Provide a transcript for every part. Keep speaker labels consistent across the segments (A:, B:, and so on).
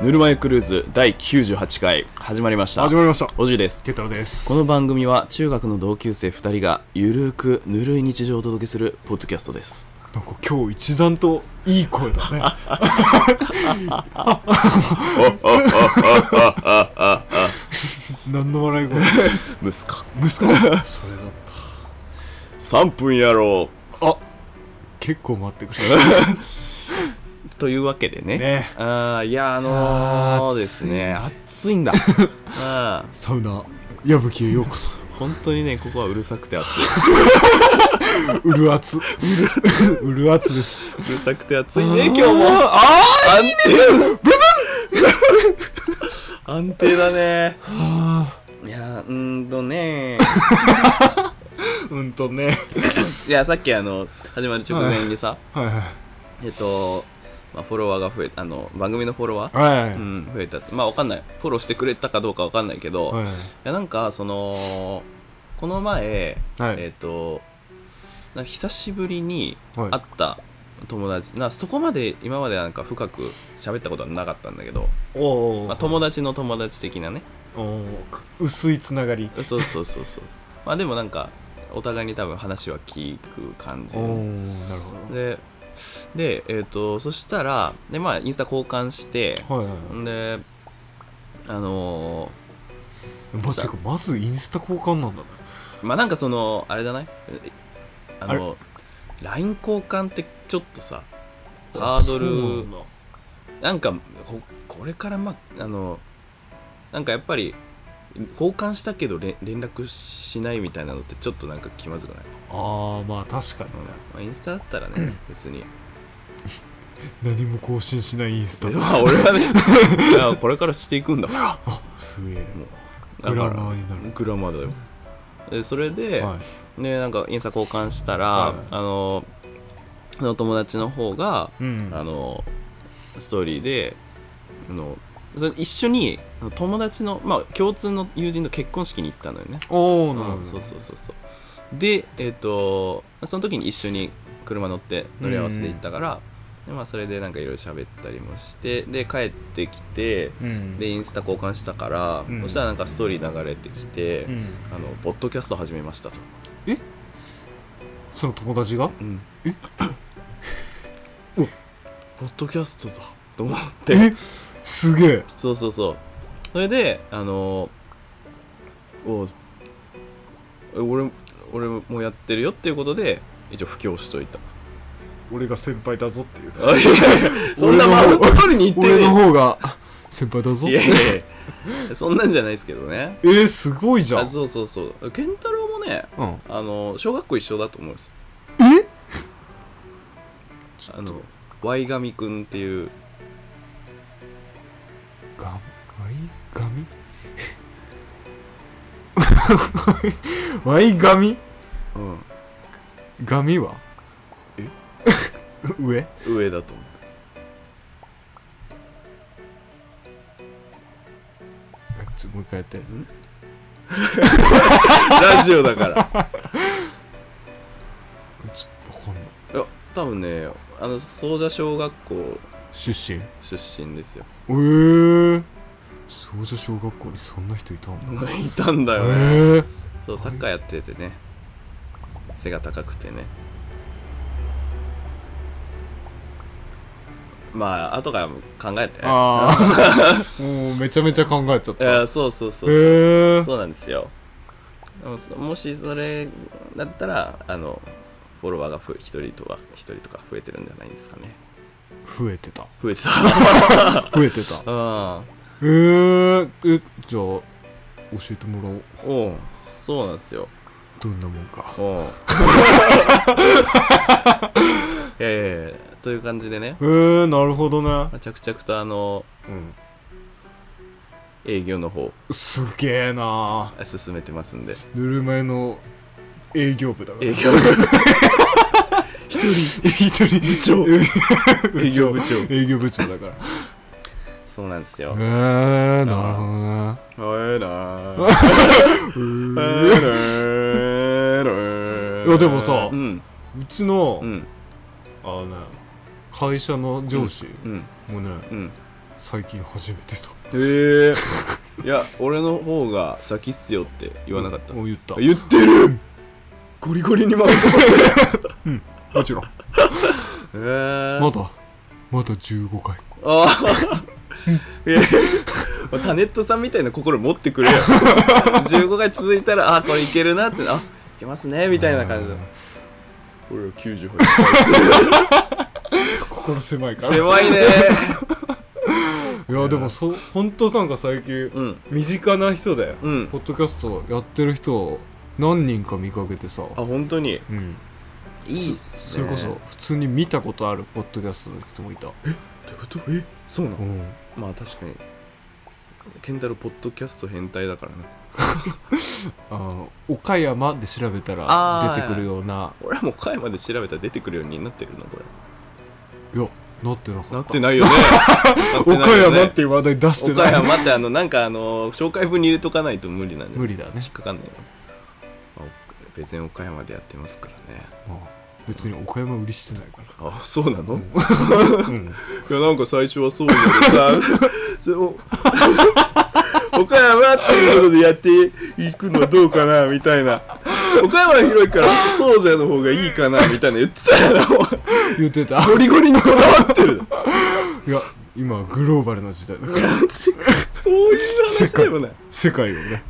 A: ぬるま湯クルーズ第98回始まりました
B: 始まりました
A: おじいです
B: ケンタロウです
A: この番組は中学の同級生2人がゆるーくぬるい日常をお届けするポッドキャストです
B: なんか今日一段といい声だ ね何の笑い声
A: ムスカ
B: 息子それだった
A: 3分やろ
B: 結構待ってくれ
A: うというわけでね
B: ね
A: あーいやあ
B: あ
A: のー、
B: ー
A: ですね暑い んだあ
B: サウナ矢吹へようこそ
A: ー本当にねここはうるさ くて暑いう
B: るあつうるあつです
A: うるさくて暑いね今日もああ安定 安定だね
B: あ
A: いやーうーんとね
B: ーうんとね
A: いやさっきあの始まる直前にさ、
B: はいはい
A: えっと、まあ、フォロワーが増えたあの番組のフォロワー、
B: はいはい
A: うん、増えたまあわかんないフォローしてくれたかどうかわかんないけど、
B: はい
A: いやなんかそのこの前、
B: はい
A: えっとなんか久しぶりに
B: はい
A: 会った友達、なそこまで今までなんか深く喋ったことはなかったんだけど、
B: お
A: まあ、
B: ー
A: 友達の友達的なね
B: おー薄いつながり
A: そうそうそう そうまあでもなんかお互いに多分話は聞く感じ
B: お
A: よね
B: おなるほ
A: でで、えー、とそしたらで、まあ、インスタ交換して
B: どはいはいはい
A: んであの
B: まてかまずインスタ交換なんだね
A: ーまあなんかそのあれじゃないえあの LINE 交換ってちょっとさハード
B: そうな
A: ル
B: んだ
A: なんかここれからまあのなんかやっぱり交換したけどれ連絡しないみたいなのってちょっとなんか気まずくない、
B: ああまあ確かに
A: うんまあ、インスタだったら ね別に
B: 何も更新しないインスタ
A: でまあ俺 はねいやこれからしていくんだから
B: あすげえ
A: もう
B: グラマーになる
A: グラマーだよでそれで、
B: はい
A: ねなんかインスタ交換したら、
B: はい
A: あのその友達の方が、
B: うん
A: あのストーリーであのそれ一緒にあの友達の、まあ、共通の友人の結婚式に行ったのよね
B: おおなるほ
A: う
B: ど
A: んそうそうそうそうでえっ、とその時に一緒に車乗って乗り合わせで行ったから、でまあ、それでなんかいろいろ喋ったりもしてで帰ってきて
B: うん
A: でインスタ交換したから、
B: うん
A: そしたらなんかストーリー流れてきて、
B: うん
A: あのポッドキャスト始めましたと、
B: その友達が
A: えポッドキャストだと思って
B: えすげえ
A: そうそうそうそれであのおえ俺俺もやってるよっていうことで一応布教しといた
B: 俺が先輩だぞっていう
A: あいやいやいやそんなマウント取りに行って
B: 俺の
A: ね
B: 方が先輩だぞ
A: いやいやいやそんなんじゃないですけどね
B: えー、すごいじゃ
A: あ
B: ん
A: そうそうそう健太郎もね
B: うん
A: あの小学校一緒だと思うんです
B: え
A: あのワイガミくんっていう
B: がんワ イガミワイガミ
A: うん
B: ガミは
A: え
B: 上
A: 上だと思う
B: ちょもう一回やって
A: ラジオだから
B: ちょっとわかんない
A: いや多分ねあの総社小学校
B: 出身
A: 出身ですよ
B: えー、そうじゃ小学校にそんな人いたんだ
A: いたんだよね、
B: えー、
A: そうサッカーやっててね背が高くてねまあ後からも考えて
B: あ あもうめちゃめちゃ考えちゃっ
A: い
B: た
A: やそうそうそうそう、
B: えー、
A: そうなんですよでもそもしそれだったらあのフォロワーがふ1人とは一人とか増えてるんじゃないですかね
B: 増えてた
A: 増えてた
B: 増えてた
A: ああ
B: えー、えじゃあ教えてもらおう
A: おうそうなんですよ
B: どんなもんか
A: おういやいやいやという感じでね
B: えー、なるほどね
A: まあ着々とあの
B: うん
A: 営業の方
B: すげえな
A: あ進めてますんで
B: ぬるま湯の営業部だから
A: 営業
B: 一人部
A: 長
B: 営
A: 営業 部長
B: 営業部長だから
A: そうなんですよ
B: えー、なるほど
A: お
B: ね
A: いな
B: ーいやでもさ
A: うん
B: うちの、
A: うん
B: あのね会社の上司
A: うん
B: もね、
A: うん
B: 最近初めてだ
A: ええ いや俺の方が先っすよって言わなかった、
B: もう言った
A: 言ってるゴリゴリに曲がった
B: もちろん
A: えー、
B: まだまだ15回
A: ああいや タネットさんみたいな心持ってく れよ15回続いたらあこれいけるなってあいけますねみたいな感じだ俺は98
B: 心狭いからい
A: 狭い ね
B: やでもそう本当なんか最近
A: うん
B: 身近な人だよ、
A: うん
B: ポッドキャストやってる人何人か見かけてさ
A: あ本当に
B: うん
A: いいっ
B: そ
A: す
B: それ
A: ね
B: こそ普通に見たことあるポッドキャストの人もいた
A: どういうことえそうなの
B: ん
A: まあ確かにケンタロウポッドキャスト変態だからね
B: あの岡山で調べたら
A: あー
B: 出てくるような
A: 俺はもう回まで調べたら出てくるようになってるのこれ
B: いやなってなかった
A: なって ないよね
B: 岡山ってていう話題出して
A: 岡
B: ない
A: 山ってあのなんかあの紹介文に入れとかないと無理なんで
B: 無理だね
A: 引っかかんないの、まあお別に岡山でやってますからね
B: うん別に岡山売りしてないか
A: あそうなの、
B: ら
A: い
B: うん
A: やなんか最初はそうだけどさ それを岡山っていうことでやっていくのはどうかなみたいな岡山は広いからそうじゃの方がいいかなみたいな言ってたやろ
B: 言ってた
A: ゴリゴリ にこだわってる
B: いや今はグローバルな時代だから
A: そういう話でもない
B: 世界をね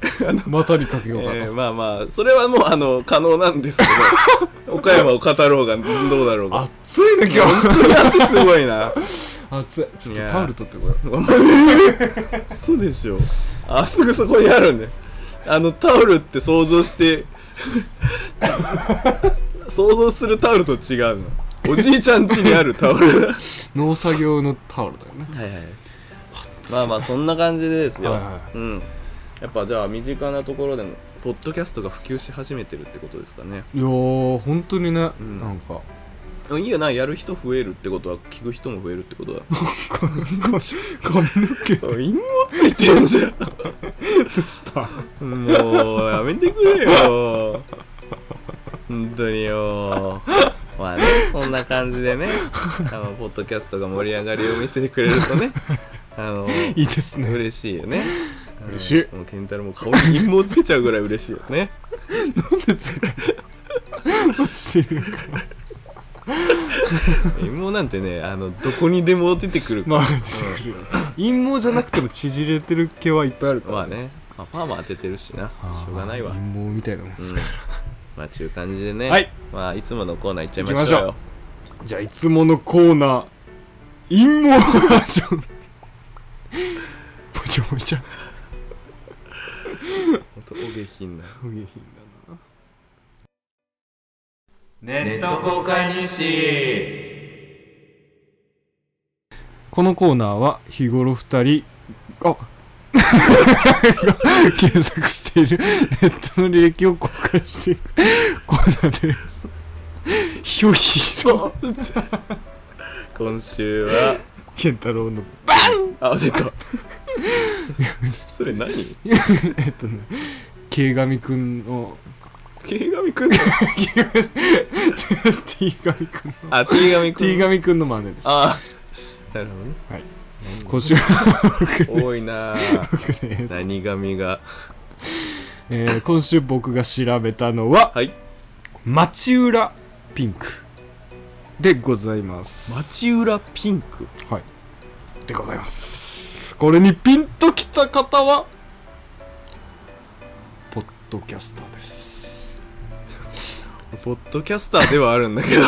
B: 股にかけようかな、
A: えーまあまあそれはもうあの可能なんですけど岡山を語ろうがどうだろうが
B: 暑いね今日
A: 本当に汗すごいな
B: 暑いちょ
A: い
B: っと
A: や
B: タオル取ってこよう
A: 嘘でしょあすぐそこにあるねあのタオルって想像して想像するタオルと違うのおじいちゃん家にあるタオルはいはい
B: 農作業のタオルだよね
A: まあまあそんな感じでですよ、
B: はいは
A: うんやっぱじゃあ身近なところでもポッドキャストが普及し始めてるってことですかね
B: いやー本当にね、
A: うん
B: なんか
A: でもいいよなやる人増えるってことは聞く人も増えるってことだ
B: 髪抜けど
A: 陰謀ついてんじゃん
B: うした
A: もうやめてくれよ 本当によまあねそんな感じでねあのポッドキャストが盛り上がりを見せてくれるとねあの
B: いいですね
A: 嬉しいよね
B: 嬉しい
A: うんもうケンタロウも顔に陰謀つけちゃうぐらい嬉しいよね
B: してるか
A: 陰謀なんてねあのどこにでも出てくるから
B: まあ出てくるよね陰謀じゃなくても縮れてる毛はいっぱいあるから
A: まあね、まあ、パーマ当ててるしな
B: あー
A: しょうがないわ
B: 陰謀みたいなもんです
A: うん
B: か、
A: まあちゅう感じでね、
B: はい
A: まあいつものコーナーいっちゃいま
B: 行きま
A: し
B: し
A: ょ
B: ょ
A: う
B: う
A: よ
B: じゃあいつものコーナー陰謀バージョンぼちゃぼちゃ
A: ほんとお下品な
B: 不下品だな
A: ネット公開日誌
B: このコーナーは日頃二人あ 検索しているネットの履歴を公開していくコーナーですひょひと
A: 今週は
B: 健太郎の
A: あ出たそれ何
B: えっとね慶上くんの
A: 手紙くんの
B: T 上くんの
A: あ手紙くん
B: T 上くんの真似です
A: あなるほどね
B: 今週は
A: 多いなぁ
B: 僕です
A: 何紙が
B: えー今週僕が調べたのは
A: はい
B: 町浦ピンクでございます
A: 町浦ピンク
B: はい。でございます。これにピンときた方は、ポッドキャスターです。
A: ポッドキャスターではあるんだけど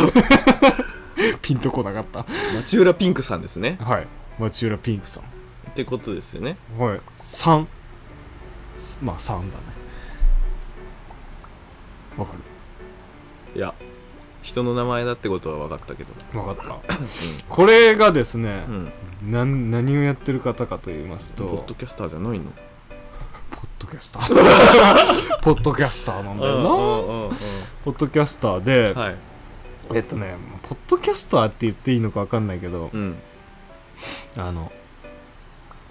B: ピンとこなかった。
A: 町浦ピンクさんですね
B: はい。町浦ピンクさ
A: ってことですよね
B: ん。はい。3。まあ3だね。わか
A: いや人の名前だってことは分かったけど
B: る。わかった。これがですね
A: う、ん
B: なん何をやってる方かと言いますと、
A: ポッドキャスターじゃないの
B: ポッドキャスタ ー。ポッドキャスターなんだよな。
A: うんうん
B: ポッドキャスターで、
A: はい
B: えっとね、ポッドキャスターって言っていいのか分かんないけど、
A: うん
B: あの、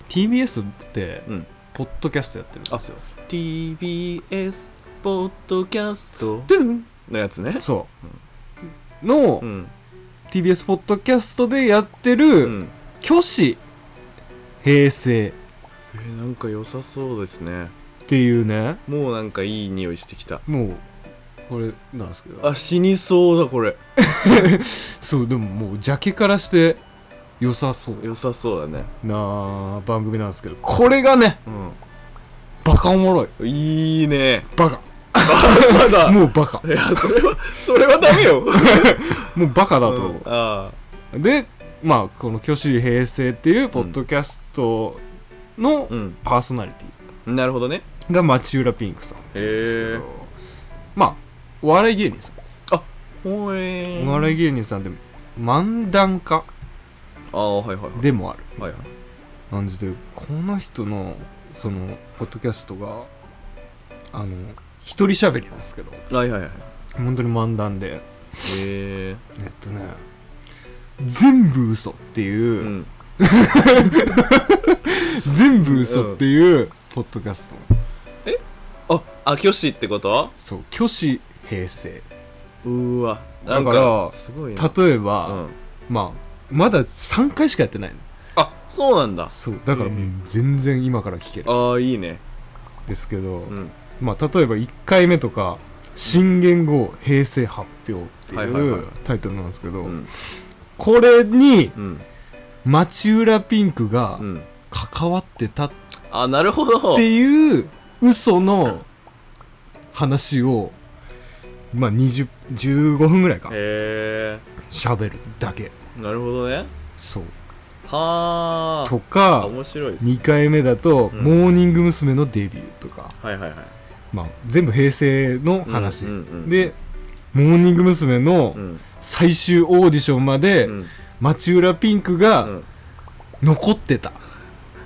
B: TBS って
A: うん、
B: ポッドキャストやってるんですよ。
A: TBS ポッドキャスト
B: でん
A: のやつね
B: そう。の、
A: うん
B: TBS ポッドキャストでやって
A: う
B: る、
A: ん
B: 虚子平成
A: えーなんか良さそうですね
B: っていうね
A: もうなんかいい匂いしてきた
B: もうこれなんですけど
A: あ死にそうだこれ
B: そうでももうジャケからして良さそう
A: 良さそうだね
B: な番組なんですけどこれがね
A: う
B: バカおもろい
A: んいいね
B: バ
A: ま
B: カ
A: だ
B: もうバカ
A: いやそれはそれはダメよ
B: もうバカだと
A: う
B: 思
A: ん あ
B: うでまあこの「虚子平成」っていうポッドキャストの
A: あうん
B: パーソナリテ
A: なるほどね
B: ィが町浦ピンクさ
A: へ
B: んですけ
A: え
B: どまあお笑い芸人さんです
A: ほえー
B: お笑い芸人さんで漫談家
A: ああはいはいはい
B: でもある
A: はいはい
B: 感じでこの人のそのポッドキャストがあの一人喋りなんですけど
A: はいはいはい
B: 本当に漫談で
A: へえ
B: えっとね全部嘘っていう、
A: うん
B: 全部嘘っていうポッドキャスト、
A: ああ虚子ってこと
B: そう虚子平成
A: うーわなん
B: だから
A: すごいな
B: 例え
A: う
B: ば、
A: ん
B: まあまだ3回しかやってないの
A: あそうなんだ
B: そうだから
A: へえ
B: もう全然今から聞ける
A: ああいいね
B: ですけど、
A: うん
B: まあ例えば1回目とか「新元号平成発表」って
A: はいはい
B: い
A: はいう
B: タイトルなんですけど、
A: うん
B: これに
A: うん
B: 町浦ピンクが
A: うん
B: 関わってたっ
A: あなるほど
B: ていう嘘の話をまあ20 15分ぐらいか
A: へ
B: 喋るだけ
A: えなるほどね
B: そう
A: はー
B: とか
A: あ面白いです
B: 2回目だと、
A: うん
B: モーニング娘。」のデビューとか、
A: はいはいはい
B: まあ、全部平成の話、
A: うんうんうん
B: でモーニング娘。の
A: うん
B: 最終オーディションまで、
A: うん
B: 町浦ピンク
A: う
B: が
A: ん
B: 残ってた、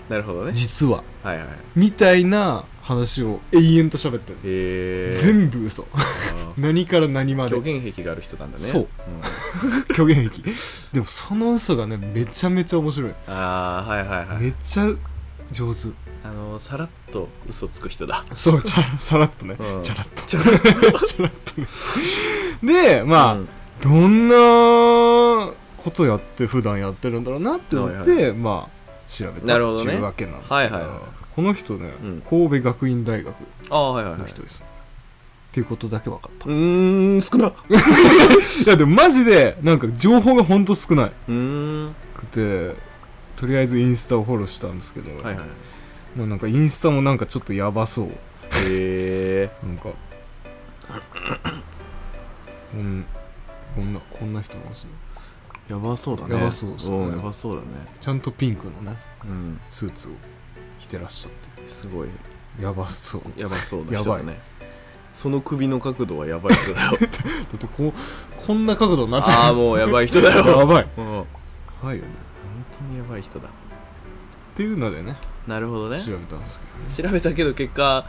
A: なるほどね
B: 実は
A: はいはいはい
B: みたいな話を延々と喋ってる、
A: へえ
B: 全部嘘
A: あ
B: 何から何ま
A: ー
B: で
A: 狂言癖がある人なんだね
B: そうん虚言癖でもその嘘がねめちゃめちゃ面白い、
A: ああはいはいはい
B: めっちゃ上手
A: あのさらっと嘘つく人だ
B: そうちゃ らさらっとね、
A: うん
B: ちゃらっと ちゃらっとねでまあ、
A: うん
B: どんなことやって普段やってるんだろうなって思って、
A: はい
B: まあ調べた
A: な
B: って
A: るほどね
B: いうわけなんですけど
A: はいはいはい
B: この人ね、
A: うん
B: 神戸学院大学
A: ああはいはい
B: の
A: はい
B: 人です、っていうことだけ分かった
A: うーん少なう
B: いやでもマジでなんか情報がほんと少な
A: ーん
B: くてとりあえずインスタをフォローしたんですけど、
A: はいはい
B: もうなんかインスタもなんかちょっとやばそう
A: へえ
B: なんかこんこんなこんな人なんですね
A: やばそうだね
B: ねうん
A: や
B: やば
A: ばそうだね
B: ちゃんとピンクのね
A: うん
B: スーツを着てらっしゃって
A: すごい
B: やばそう
A: やばそうな人
B: や
A: だ
B: ば
A: ねその首の角度はやばい人だよ
B: だってこうこんな角度になって
A: ああもう やばい人だよ
B: やばい
A: うん本
B: やばいよね
A: 当にやばい人だ
B: っていうのでね
A: なるほどね
B: 調べたんです
A: 調べたけど結果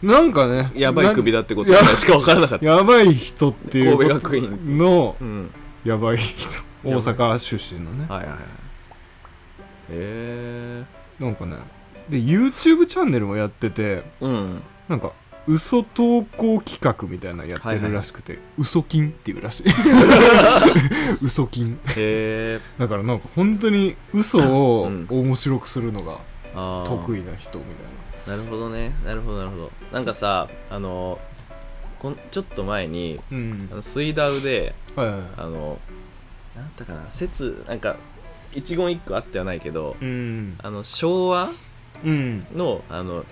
B: けどなんかね
A: やばい首
B: だ
A: だってことぐらいしか分からなかった
B: やばい人っていう
A: 神戸
B: こと
A: 学院
B: の
A: うん
B: やばい人
A: やばい
B: 大阪出身のね
A: はいはいはいへえ
B: なんかねで YouTube チャンネルもやってて
A: うん
B: なんか嘘投稿企画みたいなのやってるらしくて、嘘金っていうら しい嘘金
A: へえ
B: だからなんか本当に嘘を
A: うん
B: 面白くするのが
A: ああ
B: 得意な人みたい
A: なるほどねなるほどなるほどなんかさあのこんちょっと前に
B: なうん
A: あの水ダウで
B: はいはいはい
A: あのなんだかな説なんか一言一句あってはないけど
B: うん
A: あの昭和
B: うん
A: のあの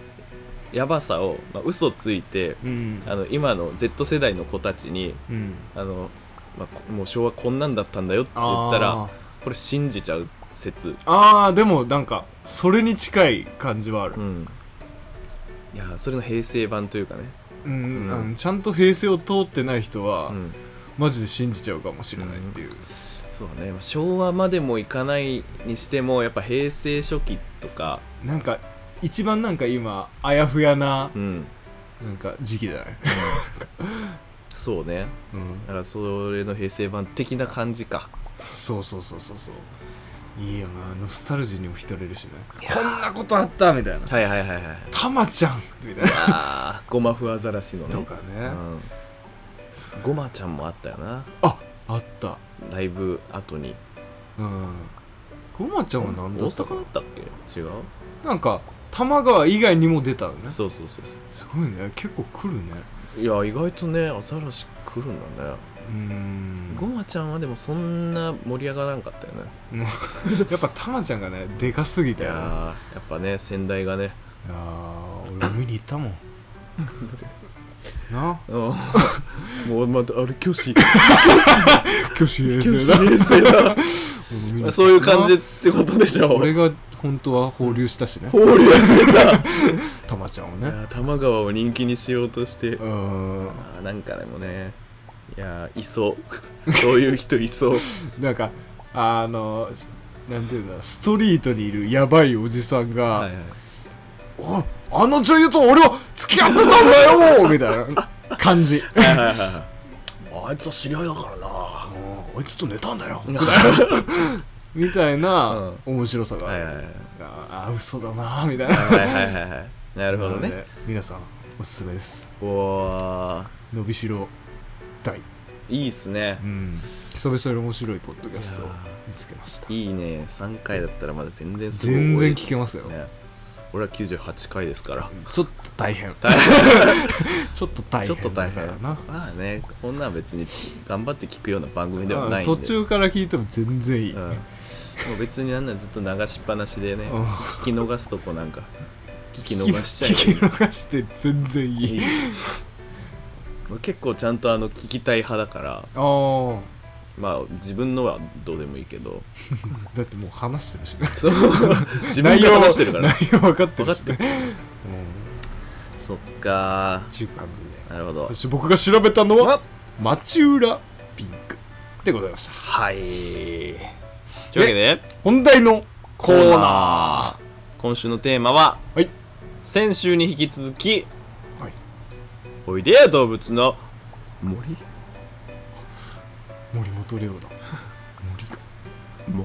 A: やばさを、まあ、嘘ついて
B: うん
A: あの今の Z 世代の子たちに
B: うん
A: あの、まあこ、もう昭和こんなんだったんだよって言ったらこれ信じちゃう説
B: あーでもなんかそれに近い感じはある
A: う、んいやーそれの平成版というかね
B: うん
A: うん
B: あのちゃんと平成を通ってない人は、
A: うん
B: マジで信じちゃうかもしれないっていう、
A: そうだね、まあ、昭和までもいかないにしてもやっぱ平成初期とか
B: なんか一番なんか今あやふやな
A: うん
B: なんか時期じゃない、
A: そうねだからそれの平成版的な感じか
B: そうそうそうそうそういいよなノスタルジーにも浸れるしねこんなことあったみたいな
A: はいはいはいはい
B: たまちゃんみたいな
A: あーゴマフアザラシのね
B: とかね、
A: うんゴマちゃんもあったよな
B: ああった
A: だいぶ後に
B: うんごまちゃんは何だ
A: 大
B: った
A: 阪
B: か
A: だ
B: な
A: ったっけ違う
B: なんか多摩川以外にも出たのねす
A: そうそうそうそ
B: ごいね結構来るね
A: ういや意外とねアザラシ来るんだね
B: うーん
A: ゴマちゃんはでもそんな盛り上がらんかったよね
B: もうやっぱタマちゃんがねでかすぎ
A: い
B: た
A: や
B: よね
A: ーやっぱね先代がね
B: いやー俺見に行っ たもんな
A: も うまたあれ虚子
B: 挙手衛
A: 虚子冷静だまあそういう感じってことでしょ
B: 俺が本当は放流したしね
A: 放流してたい
B: タマちゃんをね
A: やー多摩川を人気にしようとして
B: うーん
A: あーなんかでもねいやーいそうそう いう人いそう
B: なんかあのなんていうんだろうストリートにいるやばいおじさんが、
A: い
B: おいあの女優と俺は付き合ってたんだよみたいな感じ
A: はいはい はいあいつは知り合いだからな
B: もうあいつと寝たんだよみたいな面白さがあ
A: はい
B: る、
A: はいはい
B: ああ嘘だなみたいな
A: はいはいはいはいなるほど
B: なの
A: ね
B: で皆さんおすすめです
A: おー
B: 伸びしろ大
A: いいっすね
B: うん久々に面白いポッドキャストを
A: いや
B: 見つけました
A: いいね3回だったらまだ全然すごい
B: 全然聞けますよ
A: ね俺は98回ですから
B: ちょっと大変
A: 大
B: ちょっと大変
A: ちょっと大変
B: だな
A: まあねこんなん別に頑張って聞くような番組ではないんで
B: 途中から聞いても全然いい、
A: うんもう別になんならずっと流しっぱなしでね
B: うん
A: 聞き逃すとこなんか聞き
B: 聞
A: 逃
B: き
A: しちゃえばいい
B: 聞き逃して全然いい
A: い い俺結構ちゃんとあの聞きたい派だから
B: ああ
A: まあ自分のはどうでもいいけ ど
B: だってもう話してるしね
A: そう自分が話してる から
B: 内容分かってるし
A: 分
B: ね
A: かそっか
B: 中間ですね
A: ーなるほど
B: そして僕が調べたのは町浦ピンクでございました
A: はいというわけで
B: 本題のコーナー
A: ナー今週のテーマは
B: はい
A: 先週に引き続き
B: はい
A: おいでや動物の森
B: 森本レオだ森か
A: 森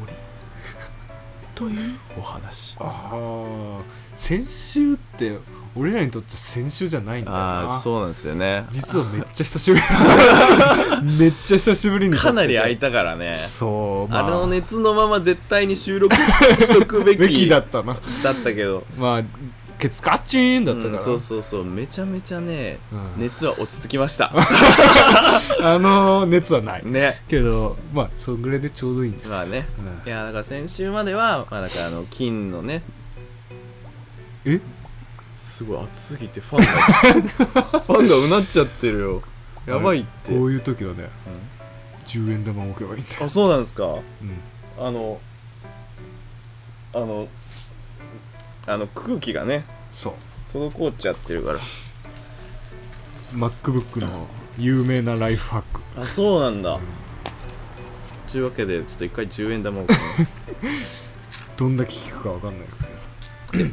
A: というお話
B: ああ先週って俺らにとっちゃ先週じゃないんだよな
A: ああそうなんですよね
B: 実はめっちゃ久しぶり めっちゃ久しぶりに
A: かなり空い
B: て
A: たからね
B: てそう、ま
A: あの熱のまま絶対に収録しとくべき
B: べきだったな
A: だったけど
B: まあケツカッチーンだったから、
A: うんそうそうそうめちゃめちゃね、
B: うん
A: 熱は落ち着きました
B: あの熱はない
A: ね
B: けどまあそんぐらいでちょうどいいんです、
A: まあね
B: うん
A: いやだから先週まではまあだからあの金のね
B: え
A: すごい熱すぎてファンが ファンがうなっちゃってるよやばいって
B: こういう時はね10円玉を置けばいいんだよ、
A: あそうなんですか
B: うん
A: あのあのあの空気がね
B: そう
A: 滞っちゃってるから
B: MacBook の有名なライフハック
A: あそうなんだというわけでちょっと一回10円玉を
B: どんだけ効くかわかんないですけど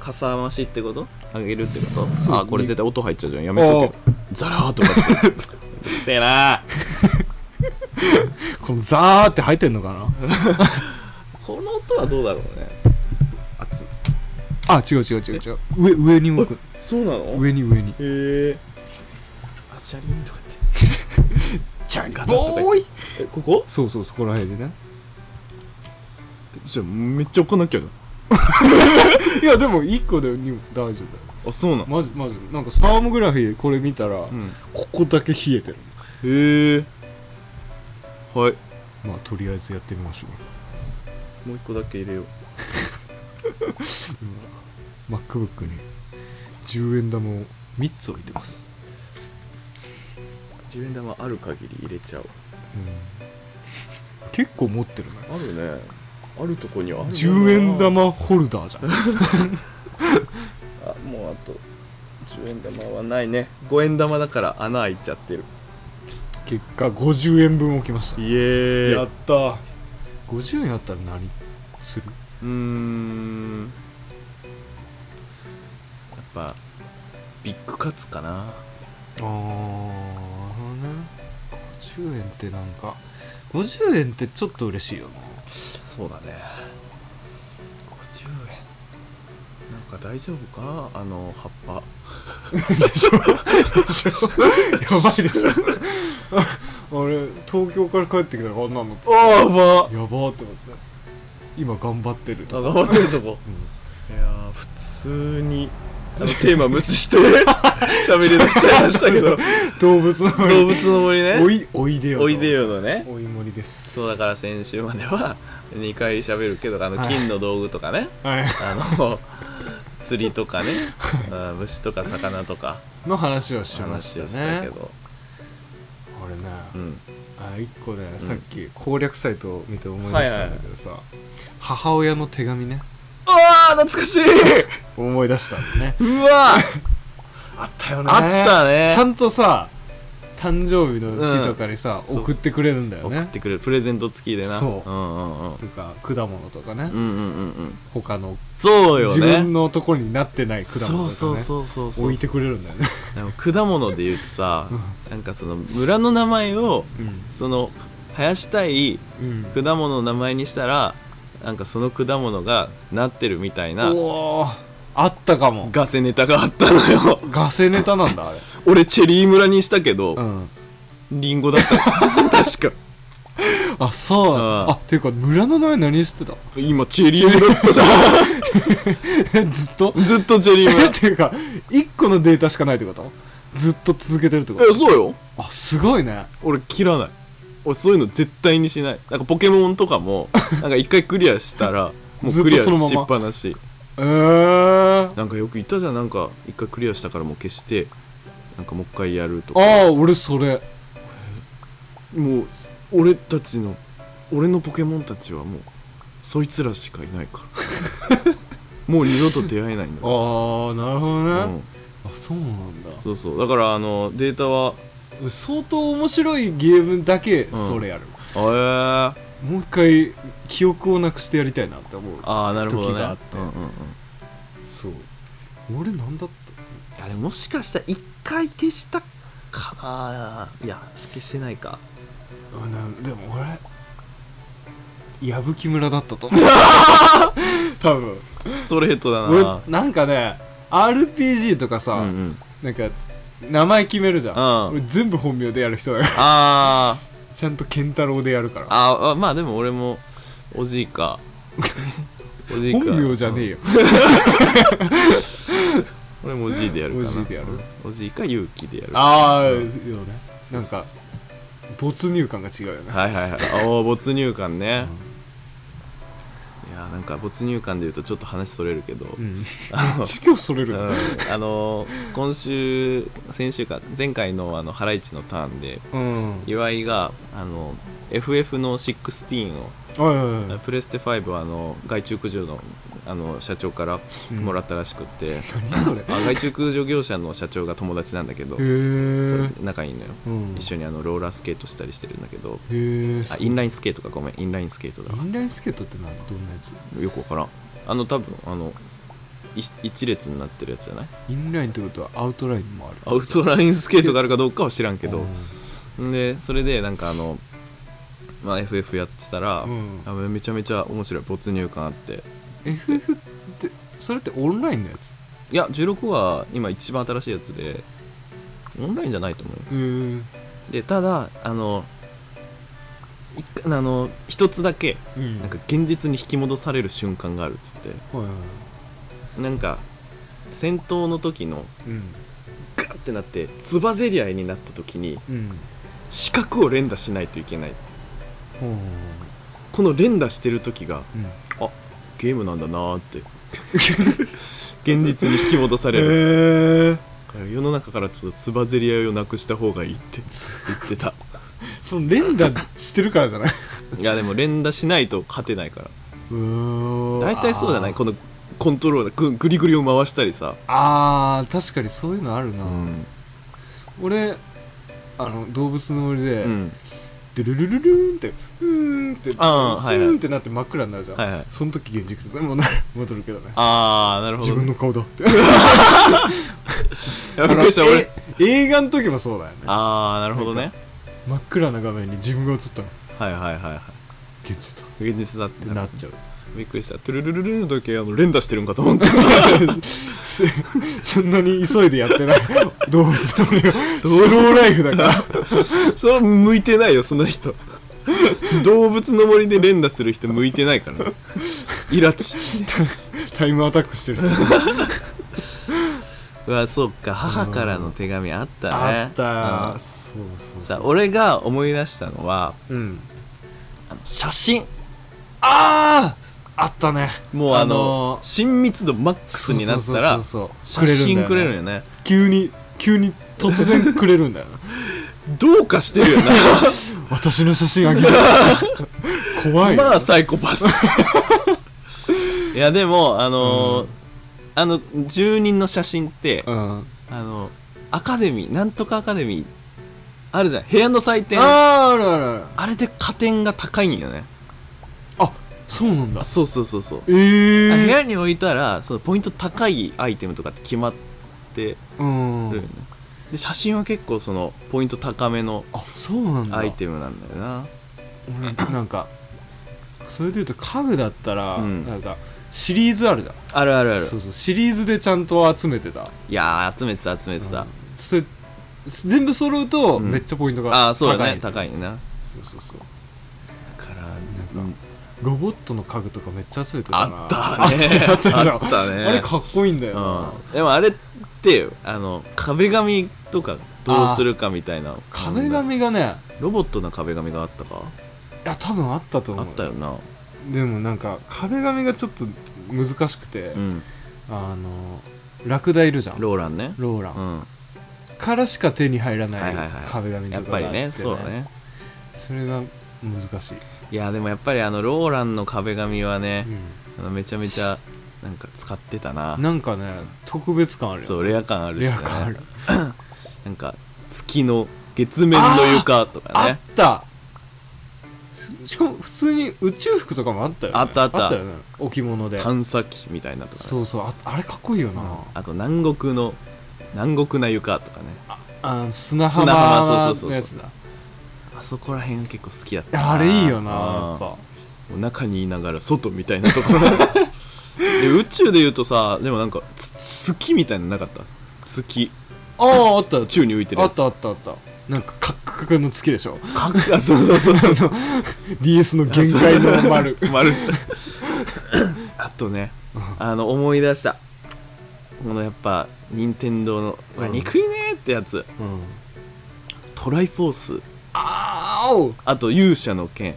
A: かさ増しってことあげるってこ
B: そう
A: とあこれ絶対音入っちゃうじゃんやめとけザラーとか ってうるせえな
B: このザーって入ってんのかな
A: この音はどうだろうね熱
B: あ違う違う違う違う上上に向く
A: そうなの
B: 上に上に
A: へえあシャリンとかって
B: チャリ
A: ガタッとか言って
B: ボーイ
A: えここ
B: そうそうそこら辺でね
A: じゃあめっちゃ置かなきゃ
B: いやでも1個でに大丈夫だよ
A: あそうなの
B: マジマジなんかサーモグラフィーこれ見たら、
A: うん
B: ここだけ冷えてる
A: へえはい
B: まあとりあえずやってみましょう
A: もう一個だけ入れよう
B: MacBook に10円玉を3つ置いてます、
A: 10円玉ある限り入れちゃう
B: うん結構持ってるね
A: あるねあるとこにはある
B: 10円玉ホルダーじゃん
A: あもうあと10円玉はないね5円玉だから穴開いちゃってる
B: 結果50円分置きました
A: イエーイう
B: った50円あったら何する
A: ーんやっぱビッグカツかな
B: ああね50円ってなんか50円ってちょっと嬉しいよな
A: そうだね50円なんか大丈夫かあの葉っぱ
B: やばいでしょ俺東京から帰ってきたらこんなの
A: あば
B: やばーって思って今頑張ってると
A: あ頑張ってるとこ、いやー普通にあのテーマ無視して 喋り出しちゃいましたけど
B: 動物の森
A: 動物の森ね
B: おいおいでよ
A: おいでよのね
B: おい森です
A: そうだから先週まで は2回喋るけどあの
B: はい
A: 金の道具とかね、
B: はい
A: あの釣りと かね、うん虫とか魚とか
B: の話をしま
A: 話
B: した
A: を
B: ね
A: したけど、
B: 俺ね、
A: うん、
B: あ一個ねさっき攻略サイトを見て思い出したんだけどさ、母親の手紙ね
A: あー懐かしい
B: 思い出したんだね
A: うわ
B: あったよ
A: あったね
B: ちゃんとさ誕生日の日とかにさ、
A: うん
B: 送ってくれるんだよ
A: 送
B: ね
A: ってくれるプレゼント付きでな
B: そうん
A: うんうん
B: とか果物とかね、
A: うんうんうんうん
B: 他の、
A: そうよね
B: 自分のとこになってない果物とか
A: そ
B: ね
A: うそうそうそうそう
B: 置いてくれるんだよね、
A: あの果物で言うとさなんかその村の名前を
B: うん
A: その生やしたい
B: うん、
A: 果物の名前にしたらなんかその果物がなってるみたいな
B: おーあったかも
A: ガセネタがあったのよ
B: ガセネタなんだあれ
A: 俺チェリー村にしたけど、
B: うん
A: リンゴだった確か
B: あそうなん
A: うん
B: だあっていうか村の名前何してた
A: 今チェリー村っつったじゃ
B: え ずっと
A: んずっとチェリー
B: え
A: 村
B: っていうか一個のデータしかないってことずっと続けてるってこ
A: え
B: と
A: そうよ
B: あすごいね
A: 俺切らない俺そういうの絶対にしないなんかポケモンとかもなんか一回クリアしたらもうクリア
B: ずっとそのまま
A: しっぱなし
B: えー、
A: なんかよく言ったじゃんなんか一回クリアしたからもう消してなんかもう一回やるとか
B: ああ俺それ
A: もう俺たちの俺のポケモンたちはもうそいつらしかいないから もう二度と出会えないんだ
B: あ
A: よ
B: あなるほ
A: う
B: どね、
A: ん、
B: あそうなんだ
A: そうそうだからあのデータは
B: 相当面白いゲームだけ
A: うん
B: それやる、
A: あえ
B: もう一回記憶をなくしてやりたいなって思う
A: ー、あーなるほどね
B: 時があって
A: うんうんうん、
B: そう俺なんだった
A: あれもしかしたら一回消したかないや消してないか
B: あなんでも俺矢吹村だったと思 う多分
A: ストレートだな
B: 俺なんかね RPG とかさ、
A: うんうん
B: なんか名前決めるじ
A: う
B: ゃ
A: ん
B: ん俺全部本名でやる人だから
A: あー
B: ちゃんと健太郎でやるから
A: ああまあでも俺もおじいか おじいか
B: 本名じゃねえ
A: よ
B: よ
A: 俺もおじいでやるかな
B: おじいでやる
A: おじいか勇気でやる
B: ああよねなん
A: そう
B: か
A: そう
B: 没入感が違うよね
A: はいはいはいおお没入感ね、いやーなんか没入感で言うとちょっと話それるけど、
B: うん
A: あの
B: 授業それる
A: うんあのー今週先週か前回のあのハライチのターンで
B: うんはい
A: 岩井があの FF の16を
B: はいはい
A: プレステ5はあの外注駆除のあの社長から
B: うん
A: もらったらしくって、
B: 何それへ
A: あ外注駆除業者の社長が友達なんだけど、
B: え
A: そう仲いいのよ、一緒にあのローラースケートしたりしてるんだけど
B: へえ
A: あインラインスケートかごめんインラインスケートだ
B: インラインスケートって何どんなやつ
A: よくわからんあの多分あのい一列になってるやつじゃない
B: インラインってことはアウトラインもある
A: アウトラインスケートがあるかどうかは知らんけど
B: うん
A: んでそれでなんかあの、まあ、FF やってたら、
B: うん
A: あめちゃめちゃ面白い没入感あって
B: FF ってそれってオンラインのやつ
A: いや16は今一番新しいやつでオンラインじゃないと思うよ
B: うん
A: でただあの一回あの一つだけ
B: うん
A: なんか現実に引き戻される瞬間があるっつって
B: はいはいは
A: なんか戦闘の時の
B: いうん
A: ガッてなってつばぜり合いになった時に
B: うん
A: 視覚を連打しないといけない
B: ほう
A: この連打してる時が
B: うん
A: ゲームなんだなーって 現実に引き戻される、
B: へえ
A: 世の中からちょっとつばぜり合いをなくした方がいいって言ってた
B: その連打してるからじゃない
A: いやでも連打しないと勝てないから
B: うー
A: 大体そうじゃない
B: あー
A: このコントローラーぐぐりぐりを回したりさ、
B: あー確かにそういうのある
A: う
B: な、
A: ん
B: 俺あの動物の森で、
A: うん、
B: ドゥルルルルーンってうーんってう
A: あーはいはい
B: ーんってなって真っ暗になるじゃん、
A: はいはい
B: その時現実全部な戻るけどね
A: ああなるほど
B: 自分の顔だって
A: いやびっくりした俺
B: え映画の時もそうだよね
A: ああなるほどね
B: 真っ暗な画面に自分が映ったの
A: はいはいはいは
B: 現実だ
A: い現実だって
B: ってなっちゃう
A: びっくりしたトゥルルルルの時あの連打してるんかと思った
B: す そんなに急いでやって ない動物の森はスローライフだから
A: それ向いてないよその人動物の森で連打する人向いてないからねイラチ
B: タイムアタックしてる人
A: うわそっか母からの手紙あったね
B: あった
A: う
B: ー
A: ん
B: そうそうそ
A: さ
B: う
A: 俺が思い出したのは
B: うん
A: あの写真
B: あああったね
A: もうあの、
B: あのー
A: 親密度マックスになったら
B: そうそうそうそう
A: 写真くれる
B: よね
A: よね
B: 急に急に突然くれるん だよな
A: どうかしてるよ な
B: 私の写真 あげる怖いよ
A: まあサイコパス いやでもあのー
B: うん
A: あの住人の写真って、
B: うん
A: あのアカデミーなんとかアカデミーあるじゃん部屋の祭典あ
B: あーあるあるある
A: れで加点が高いんよね
B: そうなんだ
A: あそうそうそうそう
B: え
A: あ部
B: え
A: 屋に置いたらそのポイント高いアイテムとかって決まって
B: う
A: るよね
B: ん
A: で写真は結構そのポイント高めの
B: あそうなんだ
A: アイテムなんだよな
B: 俺なんかそれでいうと家具だったら、
A: うん
B: なんかシリーズあるじゃん
A: あるあるある
B: そうそうシリーズでちゃんと集めてた
A: いやー集めてた集めてた、
B: うんそれ全部揃うと、
A: うん
B: めっちゃポイントが高い
A: ああそうだね高いねな
B: そうそうそう
A: だから
B: かロボットの家具とかめっちゃ集めてたな
A: あったね
B: あったあった
A: あったね
B: あれかっこいいんだよな、
A: うん、でもあれってあの壁紙とかどうするかみたいな
B: 壁紙がね
A: ロボットの壁紙があったか
B: いや多分あったと
A: あ
B: 思う
A: ったよな
B: でもなんか壁紙がちょっと難しくて、
A: うん
B: あのラクダいるじゃんロ
A: ローランね
B: ーラン、
A: うん
B: からしか手に入らな
A: はいいはいはい
B: 壁紙と
A: やっ
B: かがあ
A: ぱ
B: って、
A: りねそうだね
B: それが難しい、
A: いやでもやっぱりあのローランの壁紙はね
B: う、ん
A: あのめちゃめちゃなんか使ってたな
B: なんかね特別感あるよ
A: そうレア感あるし、
B: レ
A: ね、
B: ア感ある
A: なんか月の月面の床とか
B: あ
A: ね
B: ったししかも普通に宇宙服とかもあったよ、ね、
A: あったあった
B: よね置物で
A: 探査機みたいなとかね
B: そうそうああれかっこいいよな、
A: あと南国の南国な床とかね
B: あの砂
A: 砂浜
B: 浜
A: そうそうそうそう
B: のやつだ
A: あそこら辺結構好きだったな
B: あれいい
A: う
B: よな
A: ん
B: やっぱ
A: もう中にいながら外みたいなとこ ろで宇宙で言うとさでもなんかつ月みたいなのなかった月
B: あああったよ
A: 宙に浮いてる
B: あ
A: や
B: っ
A: つ
B: たあったあったなんかカッカクの月でしょ
A: かっあそうそう そうそう
B: DS の限界の丸
A: 丸あとねあの思い出したこのやっぱ任天堂の「うわ
B: うん
A: 憎いね」ってやつ
B: うん
A: トライフォース
B: あーお
A: あと勇者の剣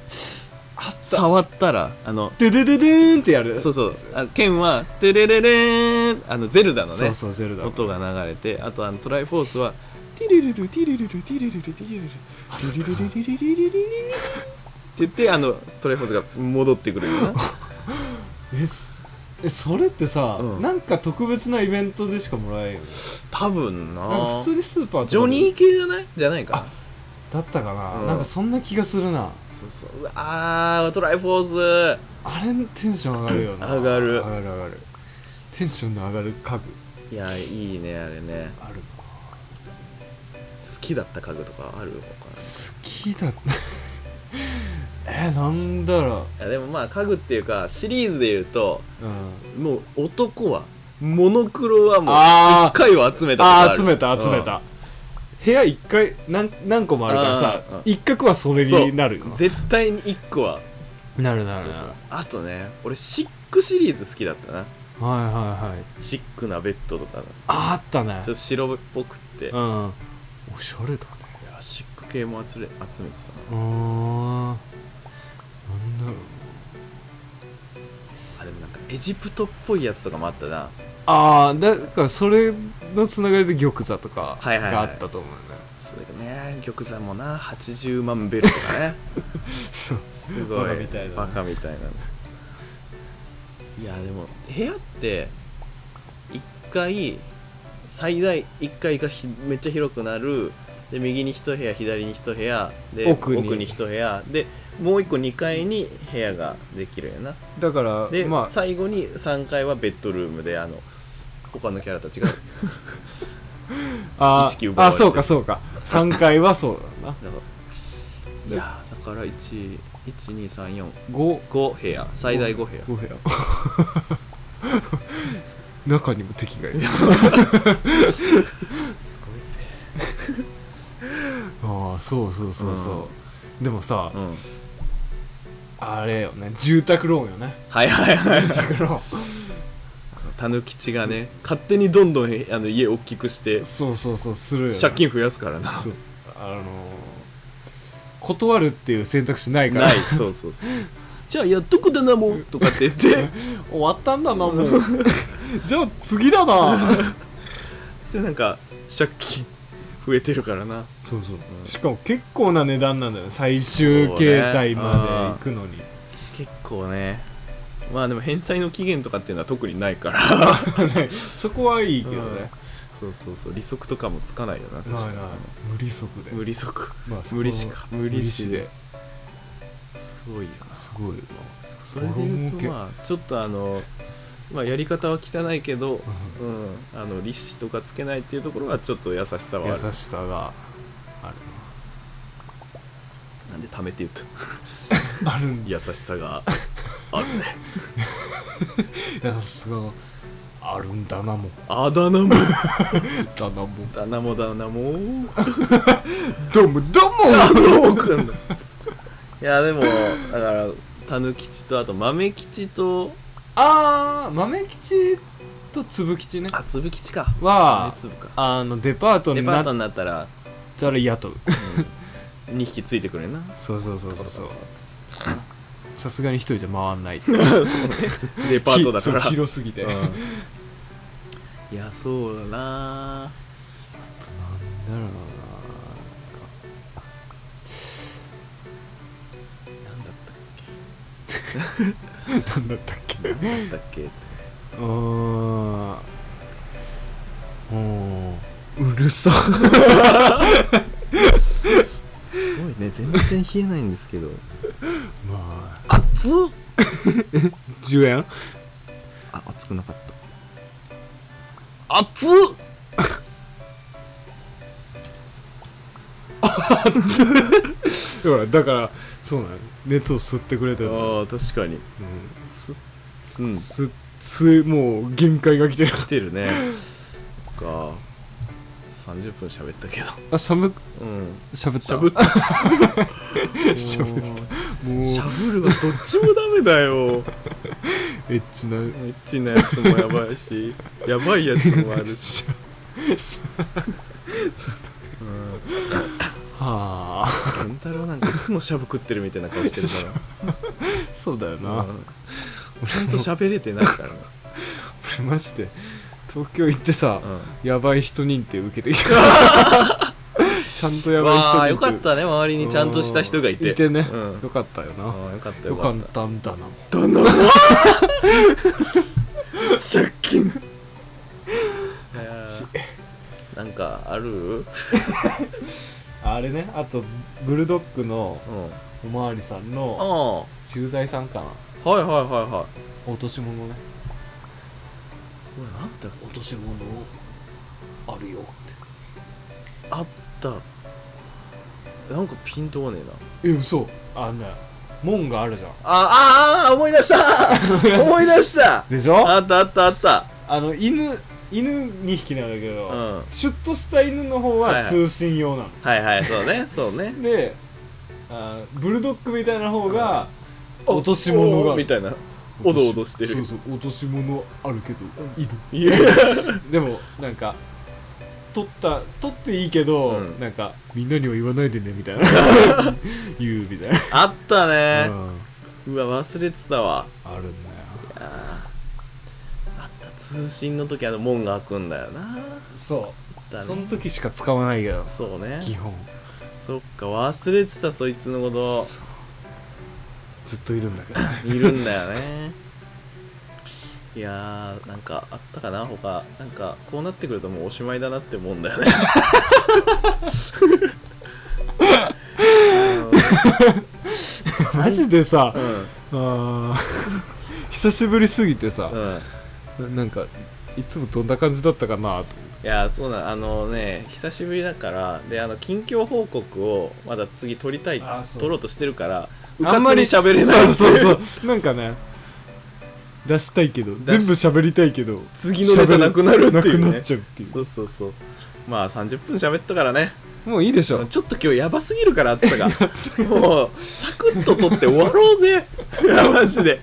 B: あった
A: 触ったらあの
B: ででででーんってやる
A: そうそうあ剣は「テレレレーン」あのゼルダのね
B: そうそうゼルダ
A: 音が流れてあとあのトライフォースは「ティリリルティリリルティリリルティリリルティリリリリリリリリリ」って言ってあのトライフォースが戻ってくるよな
B: えすえそれってさ、
A: うん
B: なんか特別なイベントでしかもらえんよね
A: 多分
B: なんか
A: な
B: 普通にスーパーとかで
A: ジョニー系じゃないじゃないか
B: だったかな、
A: うん
B: なんかそんな気がするな
A: そうそううわあトライフォース
B: あれテンション上がるよな
A: 上がる
B: 上がる上がるテンションの上がる家具
A: いやいいねあれね
B: ある
A: 好きだった家具とかあるのか
B: 好きだったえなんだろ
A: ないやでもまあ家具っていうかシリーズで言うと
B: う、うん、
A: もう男はモノクロはもう
B: あー
A: 一回は集めたことあ
B: あ
A: る
B: ー集めた集めた、部屋一回何何個もあるからさ
A: うんうん
B: 一角はそれになるよ
A: うん絶対に一個は
B: なるな
A: そうそうあとね俺シックシリーズ好きだったな
B: はいはいはい
A: シックなベッドとかのち
B: あったね
A: ょっと白っぽくって、い
B: うんおしゃれだね
A: やシック系も集め集めてた
B: うーんなんだろう
A: なあでもなんかエジプトっぽいやつとかもあったな
B: ああだからそれのつながりで玉座とか
A: はいはいはい
B: があったと思うね、
A: そうだね玉座もな80万ベルとか ね
B: そう
A: すごい
B: バカみたいだね
A: バカみたいなのいやでも部屋って1階最大1階がひめっちゃ広くなるで右に1部屋左に1部屋で
B: 奥に
A: 1部屋でもう1個2階に部屋ができるよな
B: だから
A: で、
B: まあ
A: 最後に3階はベッドルームであの他のキャラた ちが
B: あ
A: 意識
B: ー
A: 奪わ
B: あ
A: れてる
B: そうかそうか3階はそうだな
A: いやーだから1 1 2 3 4
B: 5
A: 5部屋最大5部屋
B: 5部屋中にも敵がいる
A: すごいぜ
B: ああそうそうそうそう、
A: うん
B: でもさ
A: うん
B: あれよね住宅ローンよね
A: はいはいはい
B: 住宅ロー
A: たぬきちがね勝手にどんどんへあの家大きくして
B: ンそうそうそうするよ、ね、
A: 借金増やすからな
B: そうあのー断るっていう選択肢ないから
A: ないそうそうそう じゃあやっとくだなもうとかって言 って
B: 終わったんだなもうじゃあ次だな
A: そしてなんか借金増えてるからな
B: そうそう、しかも結構な値段なんだよね最終形態まで行くのに、
A: 結構ねまあでも返済の期限とかっていうのは特にないから
B: そこはいいけどね、
A: そうそうそう利息とかもつかないよな確
B: な
A: か
B: いない
A: に
B: 無利息で、
A: 無利息
B: まあそこは
A: 無利子か
B: 無利子
A: 無利
B: で
A: すごいよな
B: すごいよ
A: それで言うと
B: ボロ儲け
A: まあちょっとあのまあやり方は汚いけど、
B: う
A: うん、あの利子とかつけないっていうところはちょっと優しさはあ
B: 優
A: る
B: しさがある
A: なんでためて言った
B: あるんだ
A: 優しさがあるね
B: 優しさがあるんだなもん
A: あだ名も
B: だなもん
A: だ名もだ名も
B: どうもどうも
A: あどうくんだいやでもだからたぬきちとあと豆吉と
B: あー豆吉と粒吉ね
A: あ粒吉か
B: は
A: 豆粒か
B: あのデパート
A: デ
B: に
A: パ
B: な
A: ー
B: っ
A: トになったら
B: たら雇う
A: 2匹ついてくれるな
B: そうそうそうそうそうさすがに一人じゃ回んない
A: デパートだから
B: ひそう広すぎて、なんだろ
A: いやそうだな
B: うな
A: なんだったっけ
B: 何だったっけう
A: なんだったっけって
B: ーんうーんうるさ
A: すごいね全然冷えないんですけど
B: まあ
A: 熱っ
B: 10円
A: あ熱くなかった熱っ
B: だからだからそうなの熱を吸ってくれてる、うん、
A: ああ確かにすすん
B: 吸吸もう限界が来てる
A: 来てるねそっか30分喋ったけど
B: あしゃぶ
A: うん
B: しゃぶっ
A: しゃぶった
B: しゃぶったもう
A: しゃぶるはどっちもダメだよ
B: エッチな
A: エッチなやつもやばい しやばいやつもあるし
B: しゃはあ
A: 健太郎なんかいつもしゃぶ食ってるみたいな顔してるか
B: そうだよ
A: ら、
B: な、
A: うんちゃんと喋れてないからな、
B: 俺マジで東京行ってさ、
A: うん、
B: やばい人認定受けてきた ちゃんとやばい人認
A: わ
B: 定
A: あよかったね周りにちゃんとした人がいて
B: いてね、
A: うん
B: よかったよな、
A: ああよかった
B: よ
A: よか
B: かっ
A: った
B: んだな
A: たな 借金なんかあるうん
B: あれねあとブルドッグの
A: あ
B: おまわりさんの
A: あは
B: 駐在さんかない
A: はいはいは
B: 落とし物ね
A: いこれなんだ
B: 落とし物あるよって
A: あったなんかピンとはねえな
B: え嘘あんな門があるじゃん
A: ああああ思い出した 思い出した
B: でしょ
A: あ
B: あ
A: ったあったあった
B: の犬犬2匹なんだけど、
A: うん
B: シュッとした犬の方
A: はい
B: は
A: はい
B: 通信用なの、
A: はいはいそうねそう ね
B: であーブルドッグみたいな方が落とし物が
A: みたいなおどおどしてる
B: そうそう落とし物あるけどい
A: い
B: る
A: や
B: でもなんか取った取っていいけど、
A: うん
B: なんかみんなには言わないでねみたいな 言うみたい
A: あった
B: な、
A: ね
B: う
A: う
B: ん、
A: わ忘れてたわ
B: あるんだよ
A: あーあった通信の時あの門が開くんだよな
B: そう
A: だね
B: その時しか使わないけど
A: そうね
B: 基本
A: そっか忘れてたそいつのこと
B: そうずっといる んだけど
A: いるんだよねいやーなんかあったかな他なんかこうなってくるともうおしまいだなって思うんだよね
B: マジでさ
A: う、ん
B: あー 久しぶりすぎてさ
A: う、ん
B: なんかいつもどんな感じだったかなと
A: いやーそうなんあのね久しぶりだからであの近況報告をまだ次取りたい
B: あーそう
A: 取ろうとしてるからう
B: あ
A: か
B: ん
A: つ
B: まり
A: に喋れない
B: そ
A: っ
B: う
A: てい
B: そううそうなんかね出したいけど
A: 出し
B: 全部喋りたいけど
A: 次のネタなくなるっていうね
B: 喋れなくなっちゃうっていう
A: そうそうそうまあ30分喋ったからね
B: もういいでしょ
A: ちょっと今日やばすぎるから暑さが もうサクッと取って終わろうぜいやマジで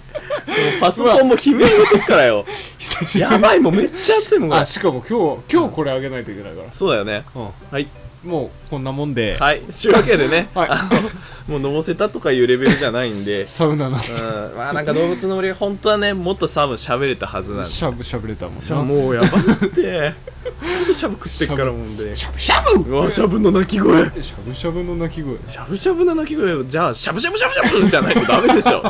A: もうパソコンも悲鳴の時からよ
B: 久し ぶ
A: や
B: り
A: ばいもうめっちゃ暑いもんこれ
B: あしかも今日今日これあげないといけないから
A: そうだよね
B: うん
A: はい
B: もうこんなもんで、
A: はいというわけでね、
B: はい
A: あ のもうのぼせたとかいうレベルじゃないんで
B: サウナのし
A: うんまあなんか動物の森が本当はねもっと多分喋れたはずなんです
B: ゃぶしゃぶれたもん
A: じゃあもうやばってほんとしゃぶ食ってっからもんで
B: しゃぶしゃぶ
A: うわしゃぶの鳴き声
B: しゃぶしゃぶの鳴き声
A: しゃぶしゃぶの鳴き声をじゃあしゃぶしゃぶしゃぶしゃぶじゃないとダメでしょ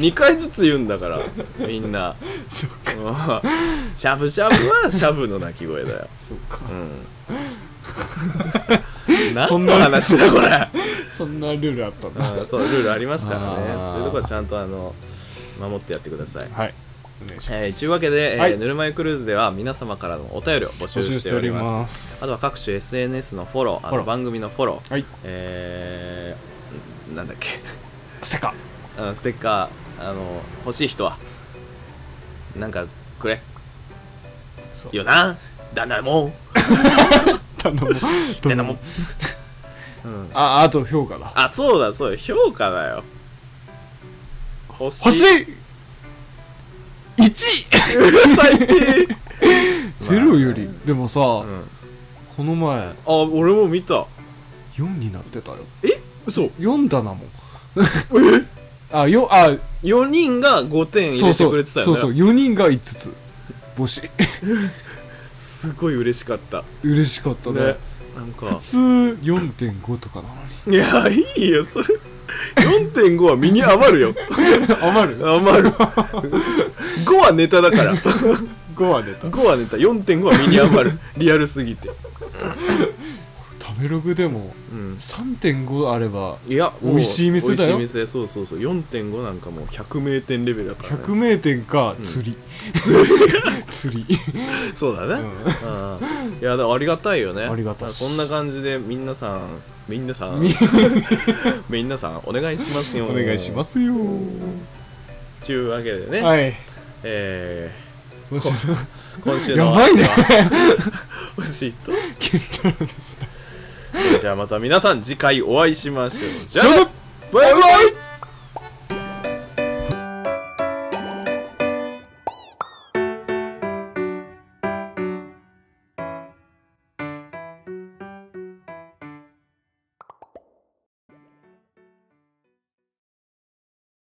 A: 2回ずつ言うんだからみんな
B: そっか
A: うんしゃぶしゃぶはしゃぶの鳴き声だよ、
B: そっか
A: うん、何の話だこれ
B: そんなルールあったんだ
A: うんそうルールありますからね
B: あー
A: そういうとこはちゃんとあの守ってやってください
B: はいお願いしま
A: えー、というわけで、えー
B: はい
A: ぬるま湯クルーズでは皆様からのお便りを募集
B: す募集
A: し
B: してて
A: お
B: お
A: り
B: り
A: ます
B: ます
A: あとは各種 SNS のフォローあ
B: フォ
A: の
B: ロー
A: 番組のフォロー、
B: はい
A: えー、なんだっけ
B: ステッカ
A: あのステッカーあの欲しい人はなんかくれ
B: そう
A: よなだなもん
B: 頼む
A: だなもん、うん、
B: ああと評価だ
A: あそうだそうだ評価だよ星
B: 星 1!
A: 最低、
B: ゼロよりでもさ
A: うん、
B: この前
A: あ俺も見た
B: 4になってたよ
A: 嘘
B: 4だなもん あよあ
A: 4人が5点入
B: そう
A: れて
B: そ
A: くれ
B: う
A: てた
B: そ
A: よね
B: うそう4人が5つ星
A: すごい嬉しかった
B: 嬉しかったね
A: ねなんか
B: 普通4.5とかなの に
A: いやいいよそれ4.5は身に余るよ
B: 余る
A: 余る5はネタだから5
B: 5は出た
A: はネタ4.5は身に余るリアルすぎて、
B: 食べログでも
A: うん、
B: 3.5あれば
A: いやもう
B: 美味しい店だよ
A: 美味しい店そうそうそう4.5なんかもう100名店レベルだから、
B: 100
A: ね、
B: 名店か釣り、 釣り
A: そうだ
B: う
A: ね、うん、いやだからありがたいよね
B: ありがたい
A: こんな感じでみんなさんみんなさん
B: み
A: みんなさんお願いしますよ
B: んお願いしますよ
A: ちゅうわけでね、
B: はい
A: え
B: もちろん
A: ー、今週
B: や
A: の
B: ばいね
A: 欲しいと
B: ケンタロウでした
A: じゃあまた皆さん次回お会いしましょう。じゃ
B: じゃあ
A: あ
B: ね
A: バイバイ